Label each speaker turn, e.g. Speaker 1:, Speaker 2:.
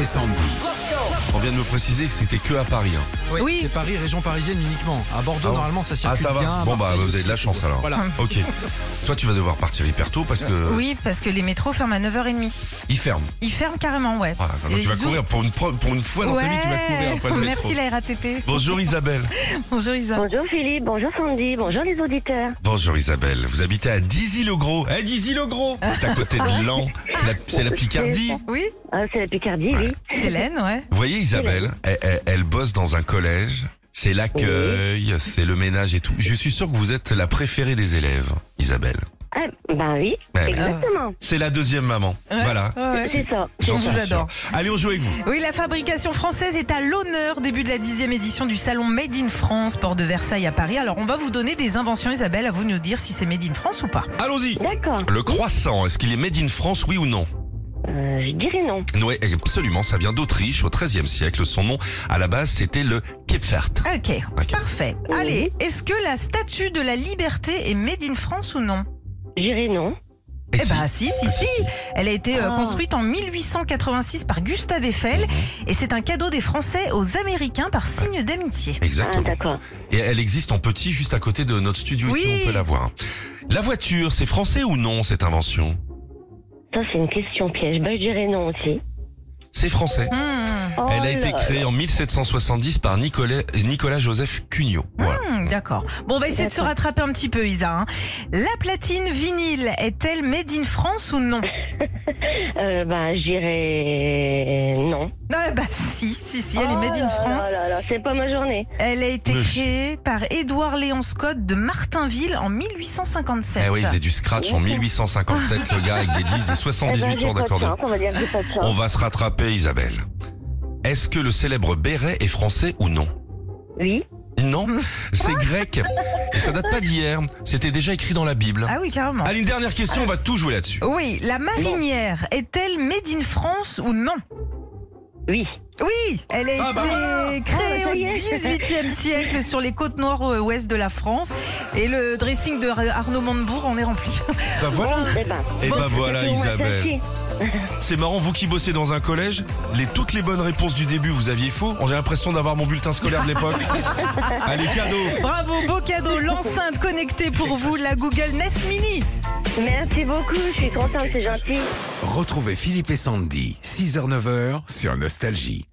Speaker 1: et Sandy.
Speaker 2: On vient de me préciser que c'était que à Paris. hein.
Speaker 3: Oui,
Speaker 4: Oui.
Speaker 3: c'est Paris, région parisienne uniquement. À Bordeaux,
Speaker 2: Ah bon
Speaker 3: normalement, ça circule
Speaker 2: Ah, ça va.
Speaker 3: bien. à
Speaker 2: Bon, bah,
Speaker 3: Marseille
Speaker 2: vous avez de la
Speaker 3: aussi.
Speaker 2: chance, alors.
Speaker 3: Voilà.
Speaker 2: Ok. Toi, tu vas devoir partir hyper tôt parce que
Speaker 4: Oui, parce que les métros ferment à 9h30.
Speaker 2: il ferme.
Speaker 4: Ils ferment carrément, ouais.
Speaker 2: Voilà, donc Ah,
Speaker 4: Et
Speaker 2: bah, tu vas
Speaker 4: zou-
Speaker 2: courir pour une, pro- pour une fois dans ta vie, tu vas courir après le
Speaker 4: Ouais.
Speaker 2: métro.
Speaker 4: Merci la RATP.
Speaker 2: Bonjour Isabelle.
Speaker 4: Bonjour Isa.
Speaker 5: Bonjour Philippe, bonjour Sandy, bonjour les auditeurs.
Speaker 2: Bonjour Isabelle. Vous habitez à Dizy-le-Gros. Eh, Dizy-le-Gros C'est à côté de Lan. C'est la- C'est la, Picardie.
Speaker 4: Oui,
Speaker 5: Ah, c'est la Picardie, oui.
Speaker 4: Hélène, ouais.
Speaker 2: Vous voyez Isabelle, elle, elle- elle bosse dans un collège. C'est l'accueil, c'est le ménage et tout. Je suis sûr que vous êtes la préférée des élèves, Isabelle.
Speaker 5: Ah, ben oui,
Speaker 2: Ouais, ouais.
Speaker 5: exactement.
Speaker 2: C'est la deuxième maman.
Speaker 4: Ouais,
Speaker 2: Voilà.
Speaker 4: Ah ouais, ouais.
Speaker 5: C'est ça.
Speaker 2: J'en
Speaker 4: On
Speaker 2: suis
Speaker 4: vous
Speaker 2: sûr.
Speaker 4: adore.
Speaker 2: Allez, on joue avec vous.
Speaker 4: Oui, la fabrication française est à l'honneur. Début de la dixième édition du salon Made in France, port de Versailles à Paris. Alors, on va vous donner des inventions, Isabelle, à vous de nous dire si c'est Made in France ou pas.
Speaker 2: Allons-y.
Speaker 5: D'accord.
Speaker 2: Le croissant, est-ce qu'il est made in France, oui ou non
Speaker 5: Euh, je dirais non.
Speaker 2: Oui, absolument, ça vient d'Autriche au XIIIe siècle. Son nom, à la base, c'était le Ah, Kepfert.
Speaker 4: Ok,
Speaker 2: Ok.
Speaker 4: parfait. Allez, est-ce que la statue de la liberté est Made in France ou non
Speaker 5: Je dirais non.
Speaker 2: Et
Speaker 4: Eh
Speaker 2: Ah, si,
Speaker 5: ben,
Speaker 4: bah si, si, si. Elle a été euh,
Speaker 5: Ah.
Speaker 4: construite en 1886 par Gustave Eiffel et c'est un cadeau des Français aux Américains par signe d'amitié.
Speaker 5: Ah,
Speaker 2: Exactement.
Speaker 5: d'accord.
Speaker 2: Et elle existe en petit juste à côté de notre studio,
Speaker 4: Oui.
Speaker 2: si on peut la voir. La voiture, c'est français ou non cette invention
Speaker 5: Ça, c'est une question piège. Ben, je dirais non aussi.
Speaker 2: C'est français.
Speaker 4: Hmm,
Speaker 5: Oh
Speaker 2: Elle a
Speaker 5: là
Speaker 2: été
Speaker 5: là.
Speaker 2: créée en 1770 par Nicolas, Nicolas Joseph Cugnot.
Speaker 5: Ah,
Speaker 2: Voilà.
Speaker 4: hmm, D'accord. Bon, on va essayer de se
Speaker 5: D'accord.
Speaker 4: rattraper un petit peu, Isa. hein. La platine vinyle est-elle made in France ou non
Speaker 5: Euh, ben, je dirais non.
Speaker 4: Ah bah si, si, si, elle est made
Speaker 5: Oh
Speaker 4: in
Speaker 5: là
Speaker 4: France.
Speaker 5: là là là, c'est pas ma journée.
Speaker 4: Elle a été
Speaker 2: Mais-
Speaker 4: créée par Édouard Léon Scott de Martinville en 1857.
Speaker 2: Eh oui, il faisait du scratch en 1857, le gars, avec des 10, des
Speaker 5: Eh ben,
Speaker 2: 78
Speaker 5: j'ai
Speaker 2: tours
Speaker 5: pas de
Speaker 2: d'accordéon.
Speaker 5: chance, on va dire que j'ai pas de
Speaker 2: On
Speaker 5: chance.
Speaker 2: va se rattraper, Isabelle. Est-ce que le célèbre béret est français ou non
Speaker 5: Oui.
Speaker 2: Non, c'est grec. Et ça date pas d'hier. C'était déjà écrit dans la Bible.
Speaker 4: Ah oui, carrément.
Speaker 2: Allez, une dernière question, on va tout jouer là-dessus.
Speaker 4: Oui, la marinière est-elle made in France ou non
Speaker 5: Oui.
Speaker 4: Oui, elle a
Speaker 2: Ah, bah
Speaker 4: été créée
Speaker 5: Ah, bah, ça y
Speaker 4: au
Speaker 5: est.
Speaker 4: 18e siècle sur les côtes nord-ouest de la France et le dressing de Ar- Arnaud Montebourg en est rempli.
Speaker 2: Bah voilà.
Speaker 5: Eh ben.
Speaker 2: Et bah voilà,
Speaker 5: c'est au moins
Speaker 2: Isabelle.
Speaker 5: celle-ci.
Speaker 2: C'est marrant, vous qui bossez dans un collège, les, toutes les bonnes réponses du début, vous aviez faux. J'ai l'impression d'avoir mon bulletin scolaire de l'époque. Allez, cadeau.
Speaker 4: Bravo, beau cadeau, l'enceinte connectée pour vous, la Google Nest Mini.
Speaker 5: Merci beaucoup, je suis contente, c'est gentil.
Speaker 1: Retrouvez Philippe et Sandy, 6h-9h sur Nostalgie.